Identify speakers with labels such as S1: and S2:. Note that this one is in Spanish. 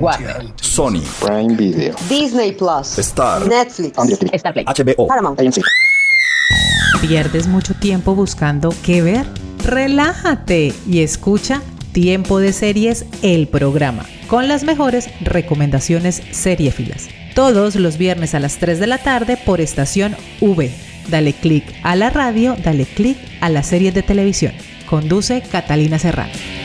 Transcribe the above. S1: Warner,
S2: Sony,
S3: Prime Video,
S4: Disney Plus,
S2: Star,
S4: Netflix,
S3: Ambliotic,
S1: Star Play,
S2: HBO.
S4: Paramount.
S3: AMC.
S5: ¿Pierdes mucho tiempo buscando qué ver? Relájate y escucha Tiempo de Series, el programa, con las mejores recomendaciones seriefilas. Todos los viernes a las 3 de la tarde por estación V. Dale click a la radio, dale click a las series de televisión. Conduce Catalina Serrano.